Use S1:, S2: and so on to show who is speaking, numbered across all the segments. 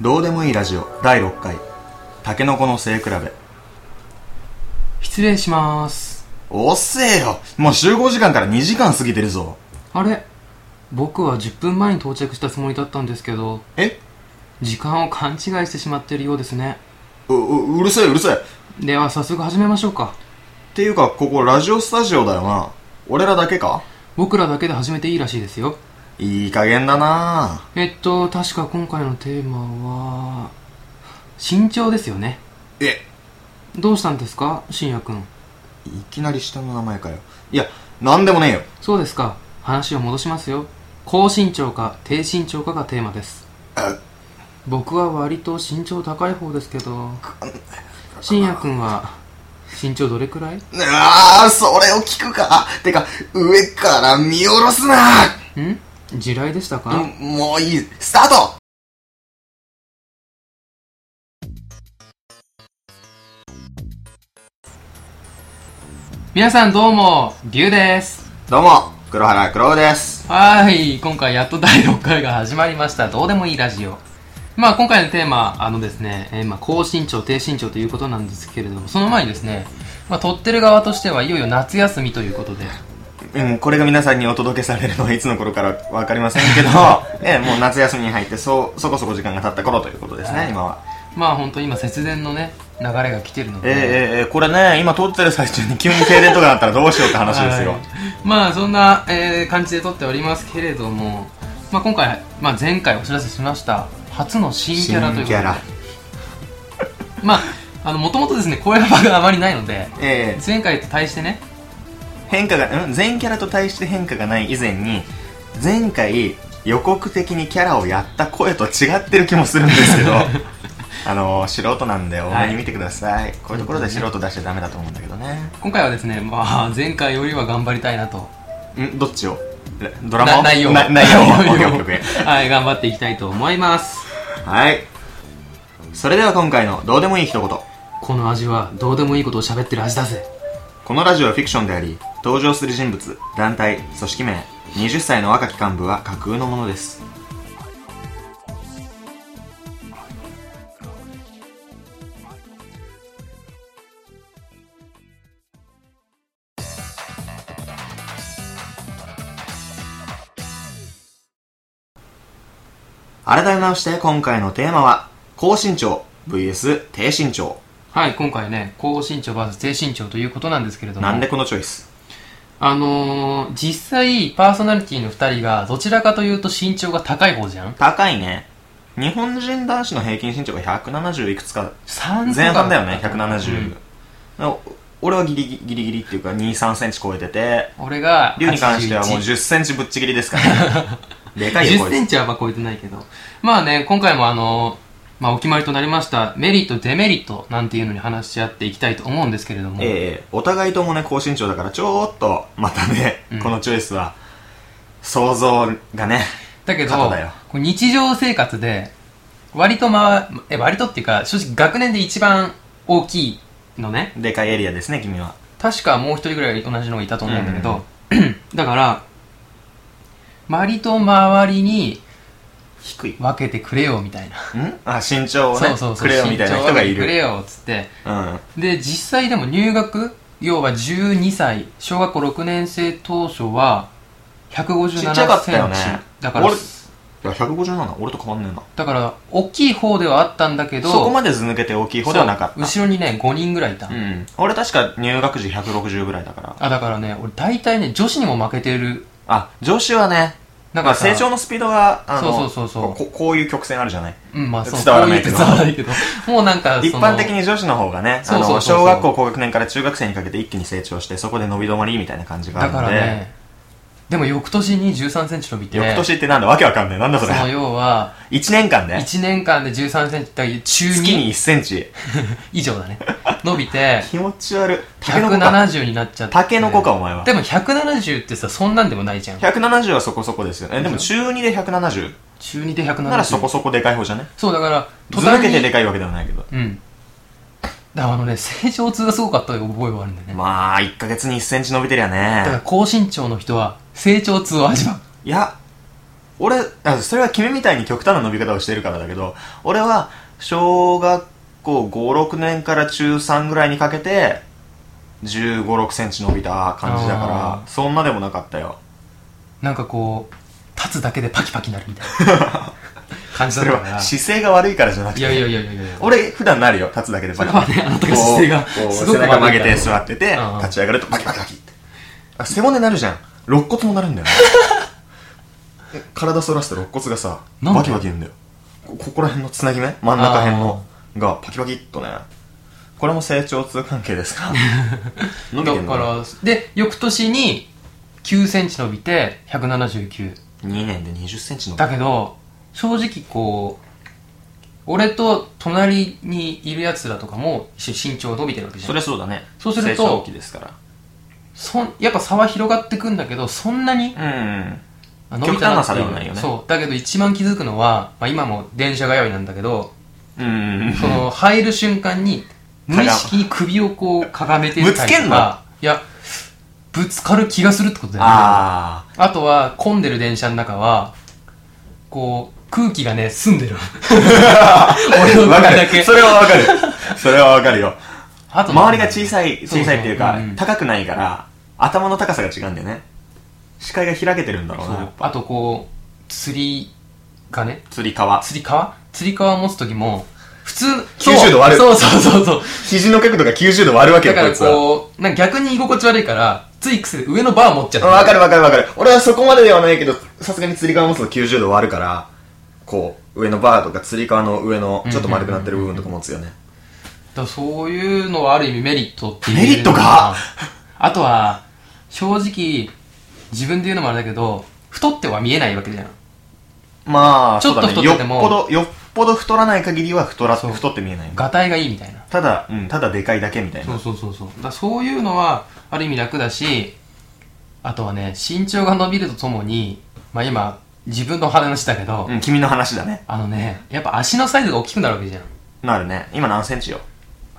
S1: どうでもいいラジオ第6回タケノコの背比べ
S2: 失礼します
S1: おっせえよもう集合時間から2時間過ぎてるぞ
S2: あれ僕は10分前に到着したつもりだったんですけど
S1: え
S2: 時間を勘違いしてしまっているようですね
S1: うううるせえうるせえっ
S2: では早速始めましょうか
S1: ていうかここラジオスタジオだよな俺らだけか
S2: 僕らだけで始めていいらしいですよ
S1: いい加減だな
S2: えっと確か今回のテーマは身長ですよね
S1: え
S2: どうしたんですか信也くん
S1: いきなり下の名前かよいやなんでもねえよ
S2: そうですか話を戻しますよ高身長か低身長かがテーマです
S1: あ
S2: 僕は割と身長高い方ですけど信也くんは身長どれくらいう
S1: ああそれを聞くかてか上から見下ろすなん
S2: 地雷でしたか、
S1: うんもういいスタート
S2: 皆さんどうもりゅうです
S1: どうも黒原黒です
S2: はーい今回やっと第6回が始まりましたどうでもいいラジオまあ今回のテーマあのですね、えーまあ、高身長低身長ということなんですけれどもその前にですね、まあ、撮ってる側としてはいよいよ夏休みということで
S1: うん、これが皆さんにお届けされるのはいつの頃からわかりませんけ ど、ええ、もう夏休みに入ってそうそこそこ時間が経った頃ということですね、今は。
S2: まあ本当に今節電のね流れが来てるの
S1: ええ
S2: で、
S1: ええええこれね、今撮ってる最中に急に停電とかなったらどうしようって話ですよ
S2: は。いまあそんな、えー感じで撮っておりますけれども、まあ、今回、まあ、前回お知らせしました初の新キャラというこ
S1: 新
S2: とで
S1: キャラ
S2: まあもともとですね声幅があまりないので
S1: ええ
S2: 前回と対してね
S1: 変化が、うん、全キャラと対して変化がない以前に、前回予告的にキャラをやった声と違ってる気もするんですけ ど、あの、素人なんで多めに見てください。こういうところで素人出しちゃダメだと思うんだけどね。
S2: 今回はですね、まあ、前回よりは頑張りたいなと
S1: んどっちをラドラマを
S2: な内容
S1: な内容
S2: 内容
S1: オッケーオッケーオッケー
S2: はい頑張っていきたいと思います
S1: はい。それでは今回のどうでもいい一言。
S2: この味はどうでもいいことを喋ってる味だぜ
S1: このラジオはフィクションであり、登場する人物、団体、組織名、20歳の若き幹部は架空のものです。改めまして今回のテーマは、高身長 VS 低身長。
S2: はい今回ね高身長 VS 低身長ということなんですけれども
S1: なんでこのチョイス
S2: あのー、実際パーソナリティの2人がどちらかというと身長が高い方じゃん
S1: 高いね日本人男子の平均身長が170いくつか
S2: 3
S1: 前半だよね170、
S2: うん
S1: な俺はギリギリギリギリっていうか23センチ超えてて
S2: 俺が
S1: 龍に関してはもう
S2: 81
S1: 10センチぶっちぎりですから ねでかいよこ
S2: 10
S1: い
S2: セン
S1: つ
S2: チはまあ超えてないけど。まあね、今回もあの、まあお決まりとなりました、メリット、デメリットなんていうのに話し合っていきたいと思うんですけれども、
S1: ええお互いともね高身長だからちょっとまたね、
S2: うん
S1: このチョイスは想像がね
S2: だけど、
S1: 肩だよ
S2: こう日常生活で、割とまあ、え、割とっていうか、正直学年で一番大きいのね、
S1: でかいエリアですね君は
S2: 確かもう一人ぐらい同じのがいたと思うんだけ
S1: うん
S2: ど、 だから、割と周りに
S1: 低いん
S2: 分けてくれよみたいな。
S1: あ身長をね
S2: そうそうそ
S1: く
S2: う。
S1: れよみたいな人がいる
S2: くれよっつって、
S1: うん
S2: で実際でも入学要は12歳小学校6年生当初は
S1: ちっちゃか
S2: 157
S1: っ
S2: セ
S1: たよ
S2: ン
S1: ね
S2: チだから
S1: 俺いや157俺と変わんねえな
S2: だから大きい方ではあったんだけど
S1: そこまでず抜けて大きい方ではなかった
S2: そう後ろにね5人ぐらいいた、
S1: うん、俺確か入学時160ぐらいだから
S2: あだからね俺大体ね女子にも負けてる
S1: あ女子はね
S2: なん
S1: まあ
S2: かさ
S1: 成長のスピードがあの
S2: そうそうそうそう
S1: こここういう曲線あるじゃない
S2: うんまあそう
S1: 伝わらないけど
S2: こうう伝わらないけどもうなんかその
S1: 一般的に女子の方がねあ
S2: そうそ
S1: の
S2: うそうそ
S1: 小
S2: う
S1: 学校高学年から中学生にかけて一気に成長してそこで伸び止まりみたいな感じがある
S2: だ
S1: ので
S2: からねでも翌年に1 3ンチ伸びて
S1: 翌年ってなんだわけわかんないなんだそ
S2: そ
S1: れ
S2: の要は
S1: 1年間で
S2: 1年間で1 3ンチだから中
S1: 月
S2: 2
S1: に1センチ
S2: 以 上だね伸びて
S1: 気持ち悪いタケノコか
S2: 170になっちゃって
S1: タケノコかお前は
S2: でも170ってさそんなんでもないじゃん
S1: 170はそこそこですよねえでも中2で170
S2: 中2で170
S1: ならそこそこでかい方じゃね
S2: そうだから
S1: ず抜けてで
S2: か
S1: かいわけではないけど
S2: うんだからあのね成長痛がすごかった覚えはあるんだよね、
S1: まあ1ヶ月に1センチ伸びてりゃ
S2: だか
S1: ね
S2: ら高身長の人は成長痛を味わう
S1: いや俺あそれは君みたいに極端な伸び方をしてるからだけど俺は小学校56年から中3ぐらいにかけて1 5 6センチ伸びた感じだ
S2: あ
S1: からそんなでもなかったよ
S2: なんかこう立つだけでパキパキなるみたいな 感じ
S1: そ
S2: だっ
S1: れ
S2: たか
S1: は
S2: ら
S1: 姿勢が悪いからじゃなく
S2: い
S1: て
S2: やいやいやいやいや
S1: 俺普段なるよ立つだけでバキバキ
S2: それはねあなた
S1: こ
S2: が
S1: う
S2: 姿勢が
S1: こう
S2: すごく
S1: 背中曲げ
S2: 悪い
S1: て
S2: から
S1: 座ってて
S2: うんうん
S1: 立ち上がるとバキバキバキってあ背骨なるじゃん肋骨もなるんだよね 体反らすと肋骨がさ
S2: なんで
S1: バキバキ言うんだよこここら辺のつなぎ目真ん中辺のがパキパキっとねこれも成長痛関係です か伸びて
S2: だ
S1: ん
S2: か
S1: の
S2: らで翌年に9センチ伸びて179
S1: 2年で2 0ンチの
S2: だけど正直こう俺と隣にいるやつらとかも一緒に身長伸びてるわけじゃん
S1: そりゃそうだね
S2: そうすると
S1: 成長期ですから
S2: そんやっぱ差は広がってくんだけどそんなに
S1: うん
S2: あ
S1: 極端な差ではないよね
S2: そうだけど一番気づくのは、まあ、今も電車が良いなんだけど
S1: うんうん
S2: その入る瞬間に無意識に首をこうかがめてる
S1: ぶつけんの
S2: いやぶつかる気がするってことだよね
S1: あ
S2: あとは混んでる電車の中はこう空気がね澄んでる俺の
S1: あわか
S2: 首だけ
S1: るそれはわかるそれはわかるよ
S2: あと
S1: 周りが小
S2: さ
S1: さい
S2: そうそう
S1: 小さいっていうか
S2: うんうん
S1: 高くないから頭の高さが違うんだよね視界が開けてるんだろうなやっぱ
S2: あとこう釣りがね
S1: 釣り革
S2: 釣り革釣り革を持つ時も普通
S1: 90度割る
S2: そうそうそうそう
S1: 肘の角度が90度割るわけよ
S2: だか
S1: こい
S2: ら
S1: つは
S2: こうなんか逆に居心地悪いからつい癖で上のバー持っちゃって
S1: わかるわかるわかる俺はそこまでではないけどさすがに釣り革持つと90度割るからこう上のバーとか釣り革の上のちょっと丸くなってる部分とか持つよね
S2: だからそういうのはある意味メリットっていう
S1: メリットか
S2: あとは正直自分で言うのもあれだけど太っては見えないわけじゃん
S1: まあ
S2: ちょっと
S1: そうだね
S2: 太ってて
S1: よっ
S2: も
S1: ぽどよっぽど太らない限りは太ら
S2: そう
S1: 太って見えない
S2: がたいがいいみたいな
S1: ただうんただでかいだけみたいな
S2: そうそうそうそうだからそういうのはある意味楽だしあとはね身長が伸びるとともにまあ今自分の話だけど、
S1: うん君の話だね
S2: あのねやっぱ足のサイズが大きくなるわけじゃん
S1: なるね今何センチよ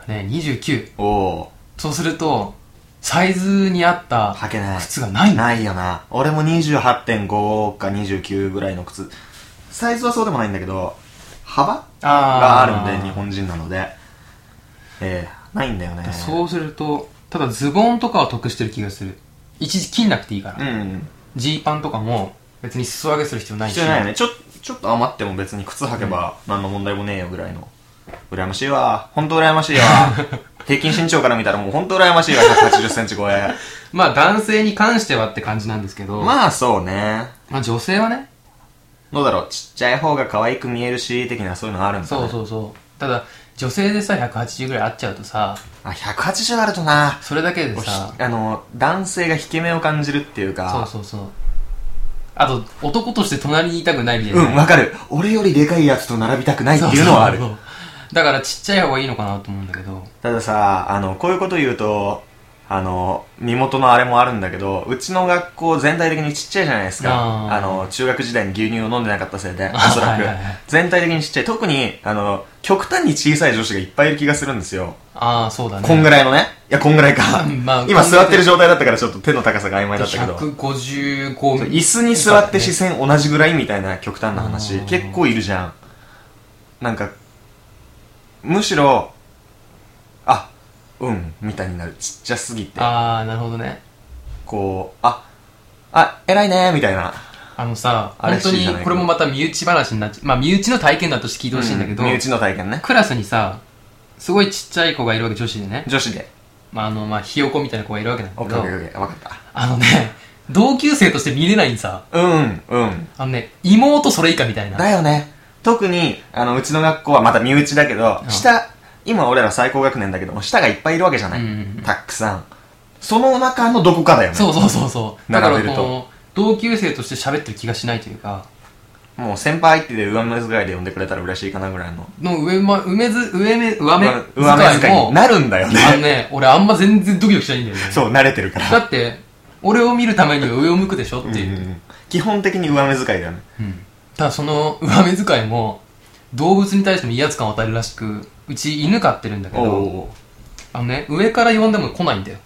S2: ね29
S1: おお
S2: そうするとサイズに合った
S1: 履けない
S2: 靴がないの
S1: ないよな俺も28.5か29ぐらいの靴サイズはそうでもないんだけど幅があるんで日本人なのでえー、ないんだよね
S2: そうするとただズボンとかは得してる気がする一時切んなくていいか
S1: う
S2: ら
S1: ん
S2: ジー、パンとかも別に裾上げする必要ないし
S1: 必要ないよねちょちょっと余っても別に靴履けば何の問題もねえよぐらいの羨ましいわ本当羨まし いわ平均身長から見たらもう本当羨ましいわ1 8 0センチ超え
S2: まあ男性に関してはって感じなんですけど、まあ、
S1: まあそうね
S2: 女性はね
S1: どうだろうちっちゃい方が可愛く見えるし的なそういうのあるんだ、ね、
S2: そうそうそうただ女性でさ180ぐらいあっちゃうとさ
S1: あ180あるとな
S2: それだけで
S1: ひ
S2: さ
S1: あの男性が引け目を感じるっていう
S2: そう
S1: か
S2: そうそうあと男として隣にいたくないみたいな
S1: うんわかる俺よりでかいやつと並びたくないっていうのはある
S2: そうそうそうだからちっちゃい方がいいのかなと思うんだけど
S1: たださあのこういうこと言うとあの身元のあれもあるんだけどうちの学校全体的にちっちゃいじゃないですか
S2: あー
S1: あの中学時代に牛乳を飲んでなかったせいでお
S2: あ
S1: そら
S2: はい
S1: く
S2: はいはい
S1: 全体的にちっちゃい特にあの極端に小さい女子がいっぱいいる気がするんですよ
S2: ああそうだね
S1: こんぐらいのねいやこんぐらいか、
S2: うんまあ
S1: 今座ってる状態だったからちょっと手の高さが曖昧だったけど
S2: 155
S1: 椅子に座って視線同じぐらいみたいな極端な話
S2: うん
S1: 結構いるじゃんなんかむしろあうんみたいになるちっちゃすぎて
S2: ああなるほどね
S1: こうああ偉いねみたいな
S2: あのさ
S1: あれ
S2: 本当
S1: 知り
S2: に
S1: じゃない
S2: これもまた身内話になっちゃまあ身内の体験談として聞いてほしいんだけど、
S1: うん身内の体験ね
S2: クラスにさすごいちっちゃい子がいるわけ女子でね、
S1: 女子で
S2: まあ、あのまあひよこみたいな子がいるわけなんだ
S1: オッ
S2: け
S1: ケーオッ
S2: ど
S1: ケーオッケー分かっ
S2: あのね同級生として見れないんさ
S1: たうんうん
S2: あのね妹それ以下みたいな
S1: だよね特にあのうちの学校はまた身内だけど
S2: うん
S1: 下今俺ら最高学年だけども下がいっぱいいるわけじゃない、
S2: うんうんうん
S1: たくさんその中のどこかだよね
S2: そうそうそうそうだか
S1: 並
S2: ら
S1: べると
S2: この同級生として喋ってる気がしないというか
S1: もう先輩ってで上目遣いで呼んでくれたら嬉しいかなぐらいの。
S2: の上,、ま、上ず上目上目
S1: 上目遣いに
S2: あ
S1: なるんだよ
S2: の
S1: ね。
S2: ね俺あんま全然ドキドキしないんだよね
S1: そう、慣れてるから。
S2: だって俺を見るためには上を向くでしょって
S1: う
S2: いう、
S1: んうんうん基本的に上目遣いだよね。
S2: ただその上目遣いも動物に対しても威圧感を与えるらしくうち犬飼ってるんだけ
S1: おうお
S2: ど
S1: うおう
S2: あのね上から呼んでも来ないんだよ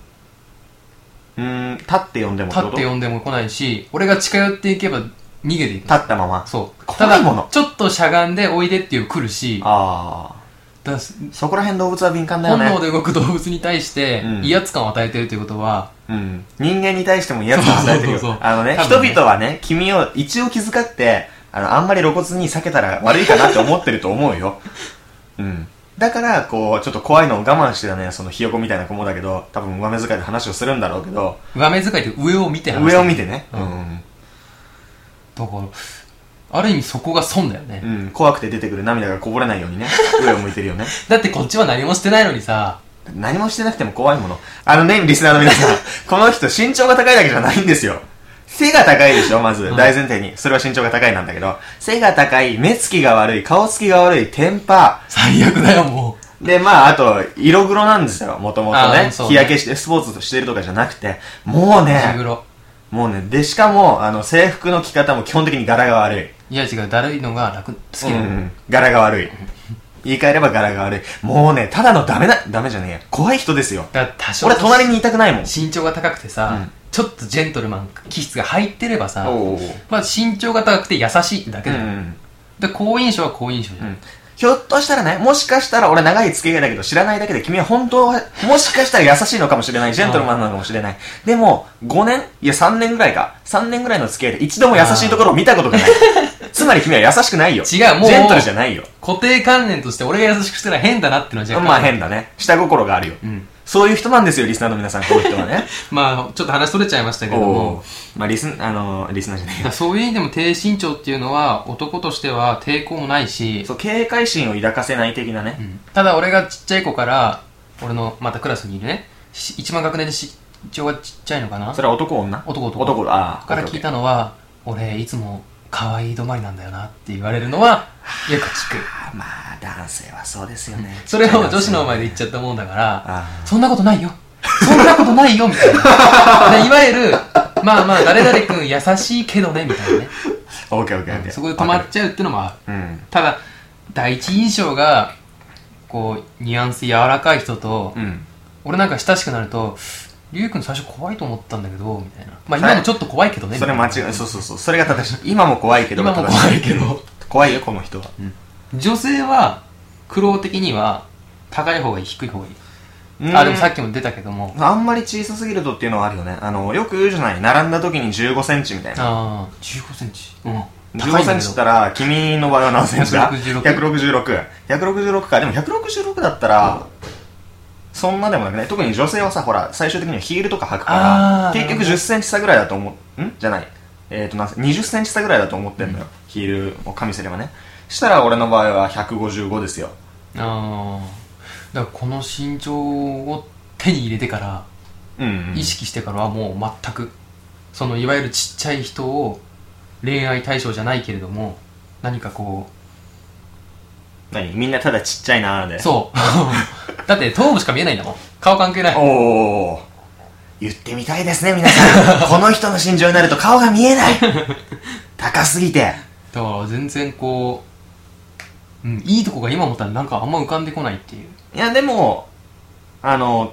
S1: うーん、立って呼んでも
S2: 立って
S1: ん
S2: 呼んでも来ないし俺が近寄っていけば逃げていく
S1: 立ったまま
S2: そうた
S1: 怖いもの
S2: だちょっとしゃがんでおいでっていう来るし
S1: あ
S2: だす
S1: あそこら辺動物は敏感だよ
S2: 本
S1: ね
S2: 能で動く動物に対して
S1: うん
S2: 威圧感を与えてるということは、
S1: うん、人間に対しても嫌な話題だけ
S2: そうそうそう
S1: ど、あのね、
S2: 多
S1: 人
S2: 分ね
S1: 々はね、君を一応気遣って、あの、あんまり露骨に避けたら悪いかなって思ってると思うよ。 うん。だから、こう、ちょっと怖いのを我慢してたね、そのひよこみたいな子もだけど、多分上目遣いで話をするんだろうけど、
S2: 上目遣いで上を見て話
S1: 上を見てね、
S2: う
S1: うんん、
S2: だからある意味そこが損だよね、
S1: うん。怖くて出てくる涙がこぼれないようにね、上を向いてるよ ね。
S2: だってこっちは何もしてないのにさ
S1: 何もしてなくても怖いもの。あのね、リスナーの皆 さん、この人身長が高いだけじゃないんですよ。背が高いでしょ、まず、
S2: うん
S1: 大前提に。それは身長が高いなんだけど、背が高い、目つきが悪い、顔つきが悪い、テンパ。
S2: 最悪だよもう
S1: で、まあ、あと、色黒なんですよ、もともと
S2: あー
S1: ね
S2: そうね
S1: 日焼けして、スポーツしてるとかじゃなくて、もう
S2: 石
S1: ね、
S2: 黒
S1: もうね、で、しかも、あの、制服の着方も基本的に柄が悪い。
S2: いや違うだるいのが楽好き
S1: う
S2: なの、
S1: ん、柄が悪い。言い換えれば柄が悪い。もうね、ただのダメな、ダメじゃねえや。怖い人ですよ。
S2: だから多少
S1: 俺、隣にいたくないもん。
S2: 身長が高くてさ、
S1: うん
S2: ちょっとジェントルマン気質が入ってればさ、
S1: おうおう
S2: まあ、身長が高くて優しいってだけ
S1: う
S2: だよ、
S1: ん。
S2: で好印象は好印象じゃん、
S1: ひょっとしたらね、もしかしたら俺長い付き合いだけど知らないだけで君は本当は、もしかしたら優しいのかもしれない、ジェントルマンなのかもしれない。でも、5年いや3年ぐらいか。3年ぐらいの付き合いで一度も優しいところを見たこと がない。つまり君は優しくないよ。
S2: 違うもう
S1: ジェントルじゃないよ。
S2: 固定観念として俺が優しくしたら変だなってのは若干
S1: まあ変だね。下心があるよ。
S2: うん
S1: そういう人なんですよ、リスナーの皆さん、この人は ね。
S2: まあちょっと話取れちゃいましたけど
S1: お
S2: も
S1: ーまあリス、あのーリスナーじゃない
S2: だか
S1: よ
S2: らそういう意味でも低身長っていうのは男としては抵抗もないし、
S1: そう、警戒心を抱かせない的なね。
S2: うんただ俺がちっちゃい子から俺のまたクラスにいるねし一番学年で身長がちっちゃいのかな
S1: それは男女
S2: 男男
S1: 男だ。ああ。
S2: から聞いたのは俺いつも可愛い止まりなんだよなって言われるのはよく聞く
S1: あまあ男性はそうですよね
S2: それを女子の前で言っちゃったもんだから、
S1: あ
S2: そんなことないよ。そんなことないよ、みたいな。でいわゆる、まあまあ、誰々君優しいけどね、みたいなね。
S1: あオッケーオッケーオッケー
S2: そこで止まっちゃうってのもある。
S1: うん
S2: ただ、第一印象が、こう、ニュアンス柔らかい人と、
S1: うん
S2: 俺なんか親しくなると、りゅうくん最初怖いと思ったんだけど、みたいな。まあ今もちょっと怖いけどね、
S1: それ間違い
S2: い
S1: そうそうそうそれが正しい今も怖いけど
S2: 今も怖いけ
S1: 正し
S2: ど。
S1: 怖いよこの人は
S2: 女性は、苦労的には、高い方がいい、低い方がいい。あ、でもさっきも出たけども、
S1: あんまり小さすぎるとっていうのはあるよねあのよく言うじゃない並んだ時に1 5センチみたいな
S2: ああ15センチうん
S1: 1 5センチった ら君の場合は何センチだ
S2: 166
S1: 166 166かでも166だったらそんなでもなくない特に女性はさほら最終的にはヒールとか履くか
S2: あ
S1: ら
S2: ー
S1: 結局1 0センチ差ぐらいだと思うんじゃないえっ、ー、となん2 0センチ差ぐらいだと思ってんのよ、ヒールを加味すればねしたら俺の場合は155ですよ
S2: ああだからこの身長を手に入れてから、
S1: うんうん、
S2: 意識してからはもう全くそのいわゆるちっちゃい人を恋愛対象じゃないけれども何かこ
S1: 何みんなただちっちゃいなーで
S2: うそ うだって頭部しか見えないんだもん顔関係ない
S1: おお言ってみたいですね皆 さんこの人の心情になると顔が見えない高すぎて
S2: だから全然こう、うん、いいとこが今思ったらなんかあんま浮かんでこないっていう
S1: いやでもあの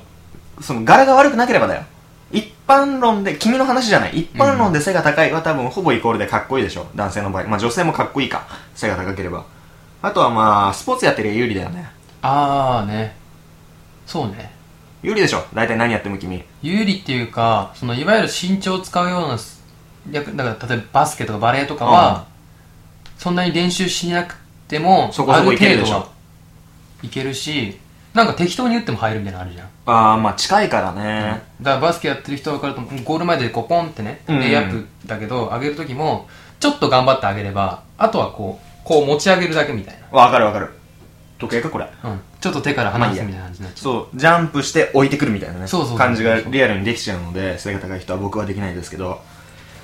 S1: その柄が悪くなければだよ一般論で君の話じゃない一般論で背が高いは多分ほぼイコールでかっこいいでしょ男性の場合まあ女性もかっこいいか背が高ければあとはまあスポーツやってりゃ有利だよね
S2: ああねそうね
S1: 有利でしょ大体何やっても君
S2: 有利っていうかそのいわゆる身長を使うようなす略だから例えばバスケとかバレーとかは、そんなに練習しなくても
S1: そこそこいけるでしょ
S2: あ程度はいけるしなんか適当に打っても入るみたいなのあるじゃん
S1: ああまあ近いからね
S2: だからバスケやってる人は分かると思うゴール前でこうポンってね
S1: うん
S2: レイアップだけど、上げる時もちょっと頑張ってあげればあとはこうこう持ち上げるだけみたい
S1: わ、かるわかる時計かこれ
S2: な、うん、ちょっと手から離すみたいな感じになっちゃう
S1: そうジャンプして置いてくるみたいなね
S2: そうそうそう
S1: 感じがリアルにできちゃうので背が高い人は僕はできないですけど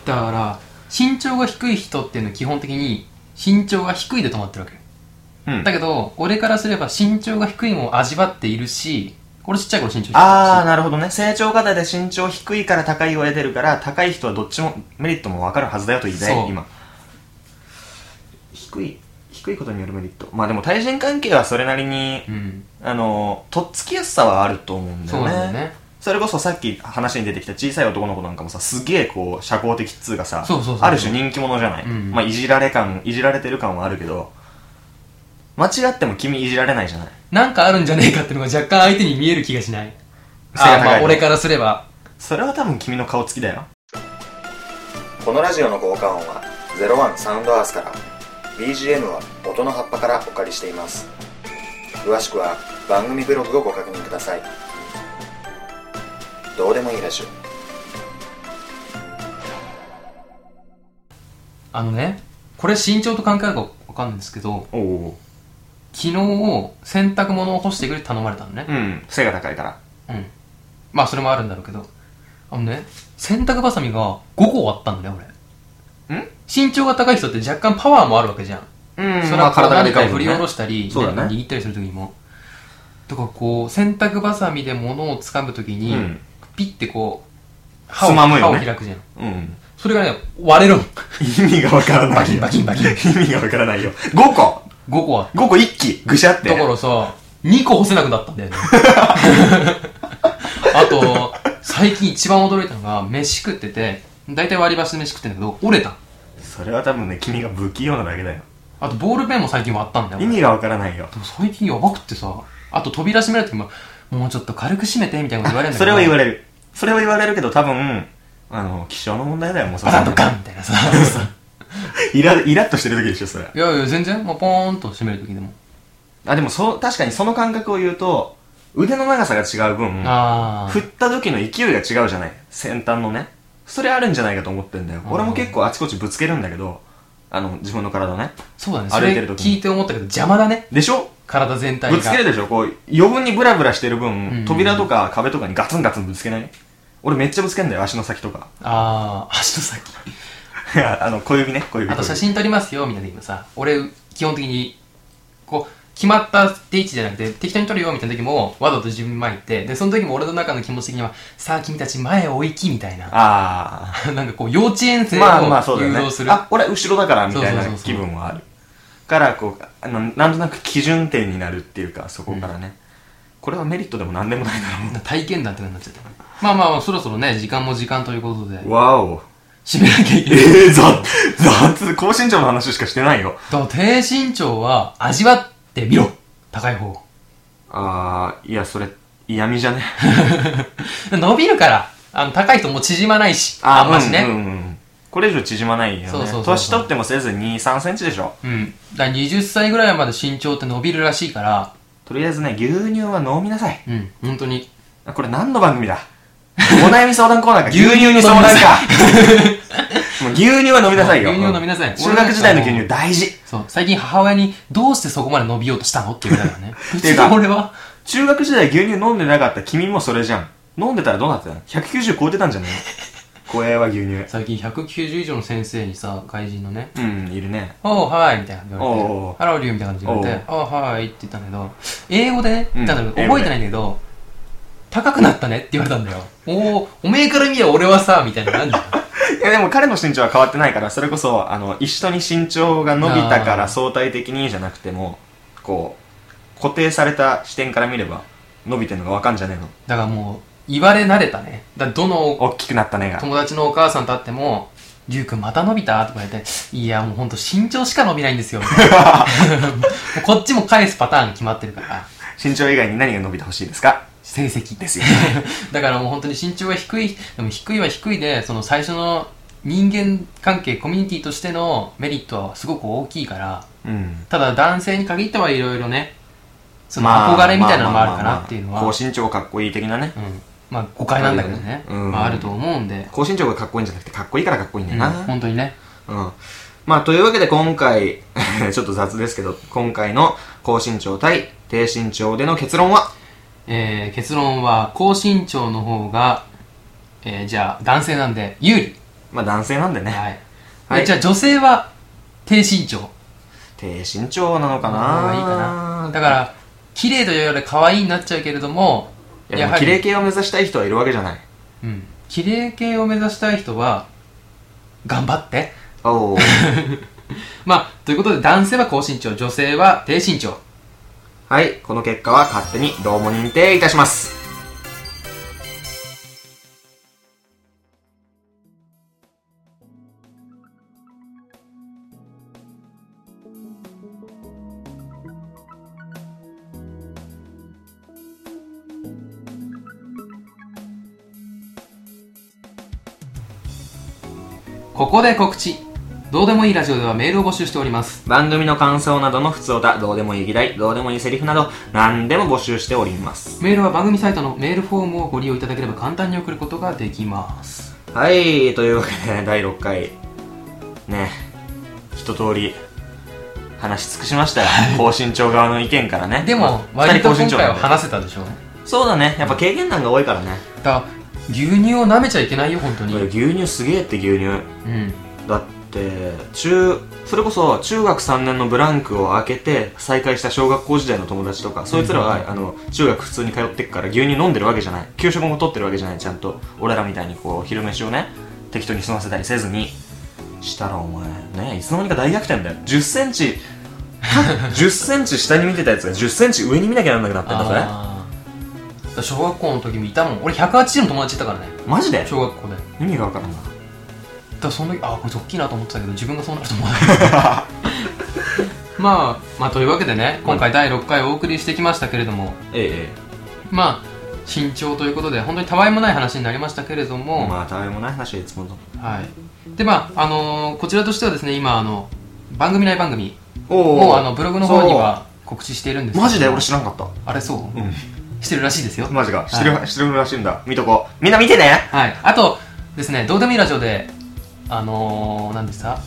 S2: だから身長が低い人っていうのは基本的に身長が低いで止まってるわけよ
S1: うん
S2: だけど、俺からすれば身長が低いもんを味わっているし、俺ちっちゃい頃身長低いし。
S1: ああなるほどね成長過程で身長低いから高いを得てるから高い人はどっちもメリットも分かるはずだよと言いた
S2: そう
S1: い今低い低いことによるメリットまあでも対人関係はそれなりに、
S2: うん。
S1: あのとっつきやすさはあると思うんだ
S2: そう
S1: よね
S2: なんだよね。
S1: それこそさっき話に出てきた小さい男の子なんかもさすげえこう社交的っつうかさ
S2: そうそうそうそう
S1: ある種人気者じゃない、
S2: うん
S1: まあ、いじられ感いじられてる感はあるけど間違っても君いじられないじゃない
S2: なんかあるんじゃねえかっていうのが若干相手に見える気がしない。
S1: 背が
S2: あ
S1: 高い
S2: ーまあ俺からすれば。
S1: それは多分君の顔つきだよこのラジオの効果音は01サウンドアースから BGM は音の葉っぱからお借りしています詳しくは番組ブログをご確認くださいどうでもいいラジオ
S2: あのね、これ身長と関係あるかわかんないんですけど、
S1: おお
S2: 昨日洗濯物を干してくれって頼まれたのね
S1: う。ん背が高いから
S2: うん。まあそれもあるんだろうけど。あのね、洗濯バサミが5個あったんだね、俺。
S1: ん
S2: 身長が高い人って若干パワーもあるわけじゃん。
S1: うん
S2: それは体で振り下ろ
S1: し
S2: したり、
S1: そうだね
S2: 何か握ったりするときにも。とかこう、洗濯バサミで物を掴むときに、
S1: うん
S2: ピッてこう、歯を,、
S1: つまむよね
S2: 歯を開くじゃん。
S1: うん
S2: それがね、割れるの。
S1: 意味がわからない
S2: バキンバキンバキン
S1: 意味がわからないよ5個
S2: 5個あっ
S1: 5個一気ぐしゃって
S2: た。だからさ、2個干せなくなったんだよ ね。あと、最近一番驚いたのが、飯食ってて、大体割り箸で飯食ってんだけど、折れた。
S1: それは多分ね君が不器用なだけだよ
S2: あと、ボールペンも最近割ったんだよ。
S1: 意味がわからないよ
S2: でも最近やばくってさ、あと扉閉めるときも、もうちょっと軽く閉めて、みたいなこと言われる
S1: そ
S2: んだけど。
S1: れは言われるそれは言われるけど多分あの気象の問題だよもうさ
S2: バタッとガンみたいなさ。
S1: イライラッとしてる時でしょそれ
S2: いやいや、全然、もうポーンと閉めるときでも。
S1: あでもそう確かにその感覚を言うと腕の長さが違う分
S2: あ
S1: 振
S2: ー。
S1: った時の勢いが違うじゃない先端のねそれあるんじゃないかと思ってんだよ
S2: うん
S1: 俺も結構あちこちぶつけるんだけどあの自分の体ね
S2: そうだね。そ
S1: 歩
S2: れ
S1: いてる時に
S2: 聞いて思ったけど、邪魔だね。
S1: でしょ
S2: 体全体が。
S1: ぶつけるでしょこう余分にブラブラしてる分、
S2: うん
S1: 扉とか壁とかにガツンガツンぶつけない俺めっちゃぶつけんだよ足の先とか
S2: あー、足の先。
S1: いやあの小指ね小指
S2: あと
S1: 小
S2: 写
S1: 指
S2: 真撮りますよ、みたいな時もさ、俺、基本的に、こう、決まった定位置じゃなくて、適当に撮るよ、みたいな時も、わざと自分前行って、で、その時も俺の中の気持ち的には、さあ、君たち前を行き、みたいな。
S1: ああ
S2: なんかこう、幼稚園生を
S1: まあまあそうだ
S2: 誘
S1: よね
S2: 導する。
S1: あ俺後ろだからみたい
S2: そうそう
S1: な
S2: そうそ
S1: 気
S2: う
S1: 分はあるからこうあのなんとなく基準点になるっていうかそこからね、これはメリットでも何でもないだ
S2: 体験談ってことになっちゃった。まあまあまあ、そろそろね、時間も時間ということで
S1: ろう、わお
S2: 締めなきゃいけ
S1: え
S2: ない。
S1: えー、雑雑高身長の話しかしてないよ
S2: と、低身長は味わってみろ高い方。
S1: ああいやそれ嫌味じゃね
S2: 伸びるから、あの、高い人もう縮まないし、あんまし
S1: う
S2: ね。
S1: んうんうんこれ以上縮まないよね
S2: そうそうそうそう
S1: 年取ってもせず2 3センチでしょ
S2: うん。だから20歳ぐらいまで身長って伸びるらしいから、
S1: とりあえずね牛乳は飲みなさい
S2: うん、本当に。
S1: あこれ何の番組だお悩み相談コーナーか
S2: 牛乳
S1: に相談かもう牛乳は飲みなさいよ
S2: 牛乳を飲みなさい
S1: うん中学時代の牛乳大事
S2: そう、最近母親に、どうしてそこまで伸びようとしたのって言われたから ね。
S1: ていうか
S2: 別に俺は、
S1: 中学時代牛乳飲んでなかった君もそれじゃん飲んでたらどうなってたの190超えてたんじゃない怖えわ牛乳
S2: 最近190以上の先生にさ、外人のね、
S1: うんいるね
S2: おーはいみたいな感じで言われ
S1: お
S2: て
S1: うおう、
S2: ハローリュウみたいな感じで言われて、おーはいって言ったんだけど、英語でね、言ったんだけど、
S1: うん
S2: 覚えてないんだけど、高くなったねって言われたんだよ。おお、おめえから見りゃ俺はさ、みたいななんじゃん。
S1: いやでも彼の身長は変わってないからそれこそあの一緒に身長が伸びたか
S2: あ
S1: ら
S2: ー
S1: 相対的にじゃなくてもこう固定された視点から見れば伸びてるのがわかんじゃねえの
S2: だからもう、言われ慣れたね。だからどの
S1: 大きくなったねが
S2: 友達のお母さんと会っても、リュウくんまた伸びたとか言って、いやもうほんと身長しか伸びないんですよ。みたいなもうこっちも返すパターン決まってるから、
S1: 身長以外に何が伸びてほしいですか
S2: 成績
S1: ですよ
S2: だからもう本当に身長は低い、でも低いは低いで、その最初の人間関係、コミュニティとしてのメリットはすごく大きいから、
S1: うん
S2: ただ男性に限ってはいろいろね、その憧れみたいなのもあるかなっていうのは、
S1: まあまあまあ高身長かっこいい的なね
S2: うん。まあ誤解なんだけどね、
S1: うん
S2: まああると思うんで、
S1: 高身長がかっこいいんじゃなくてかっこいいからかっこいいんだ
S2: う
S1: よ
S2: ん、
S1: な、
S2: 本当にね。
S1: うん。まあ、というわけで今回、 ちょっと雑ですけど、今回の高身長対低身長での結論は、
S2: えー、結論は高身長の方が、えー、じゃあ男性なんで有利、
S1: まあ男性なんでね、
S2: はい
S1: はい
S2: えじゃあ女性は低身長
S1: 低身長なのか
S2: の方
S1: な
S2: がいいかなだから綺麗というより可愛いになっちゃうけれども
S1: いや、でも綺麗系を目指したい人はいるわけじゃない。
S2: うん、綺麗系を目指したい人は頑張って
S1: おお。
S2: まあということで男性は高身長女性は低身長
S1: はい、この結果は勝手にどうも認定いたします。
S2: ここで告知どうでもいいラジオではメールを募集しております
S1: 番組の感想などの普通だ、どうでもいい議題、どうでもいいセリフなど、何でも募集しております。
S2: メールは番組サイトのメールフォームをご利用いただければ簡単に送ることができます
S1: はい、というわけで、第6回、 ね、一通り、話し尽くしましたよ。高身長側の意見からね。
S2: でも
S1: まあ二
S2: 割
S1: 人
S2: と
S1: 高身
S2: 今
S1: 長
S2: 回
S1: な
S2: は
S1: んで
S2: 話せたでしょ
S1: そうだね、やっぱ経験談が多いからね。
S2: だから牛乳を舐めちゃいけないよ本当に
S1: これ
S2: う
S1: 牛乳すげえって牛乳。
S2: ん
S1: だって、中、それこそ中学3年のブランクを開けて再会した小学校時代の友達とか、そいつらは、あの、中学普通に通ってっから牛乳飲んでるわけじゃない。給食も取ってるわけじゃない、ちゃんと。俺らみたいにこう、昼飯をね、適当に済ませたりせずに。したらお前、ね、いつの間にか大逆転だよ。10センチ、10センチ下に見てたやつが10センチ上に見なきゃなんなくなってんだぜ。
S2: あーだから小学校の時もいたもん俺180の友達いたからね
S1: マジで
S2: 小学校でだか
S1: 意味がわからんな。
S2: らその時ああこいつ大きいなと思ってたけど自分がそうなると思わ なかったまあまあというわけでね今回第6回お送りしてきましたけれども
S1: え
S2: まあ慎重ということで本当にたわいもない話になりましたけれど
S1: え。
S2: も、
S1: まあ、たわいもない話はいつもの。
S2: はいでまああのーこちらとしてはですね今あの番組内番組
S1: お
S2: もうあのブログの方には告知しているんですけど
S1: マジで俺知らんかった。
S2: あれそう、
S1: うん。
S2: してるらしいですよ
S1: マジか。
S2: い
S1: 知ってる、知ってるらしいんだ。見とこう。みんな見てね
S2: はい、あとですね、どうでもいいラジオで、あのー、何でした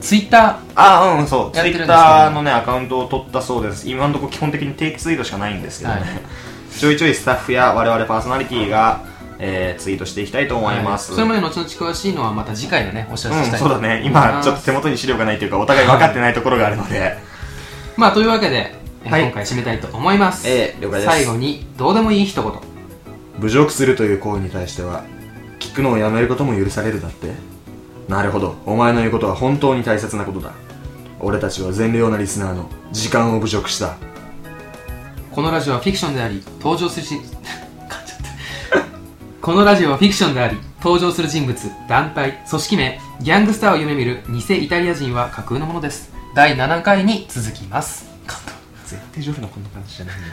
S2: ツイッタ
S1: ああ、うん、そう。ツ
S2: やっ
S1: イ
S2: てるんですけ
S1: ッ
S2: ど
S1: ターのね、アカウントを取ったそうです。今のところ基本的に定期ツイートしかないんですけどね。
S2: はい
S1: ちょいちょいスタッフや我々パーソナリティが、えー、ツイートしていきたいと
S2: ー、
S1: 思います。
S2: それまで後々詳しいのはまた次回のね、お知らせし
S1: う
S2: た
S1: ん、
S2: い
S1: そうだね。今、ちょっと手元に資料がないというか、お互い分かってないところがあるので。
S2: まあ、というわけで、えー
S1: はい
S2: 今回締めたいと思います。
S1: ええ了解です
S2: 最後に、どうでもいい一言。
S1: 侮辱するという行為に対しては、聞くのをやめることも許されるだってなるほど。お前の言うことは本当に大切なことだ。俺たちは善良なリスナーの時間を侮辱した。
S2: このラジオはフィクションであり、登場するし、 噛んじゃった。このラジオはフィクションであり、登場する人物、団体、組織名、ギャングスターを夢見る偽イタリア人は架空のものです。第7回に続きます。
S1: 絶対ジョフのこんな感じじゃないんだよ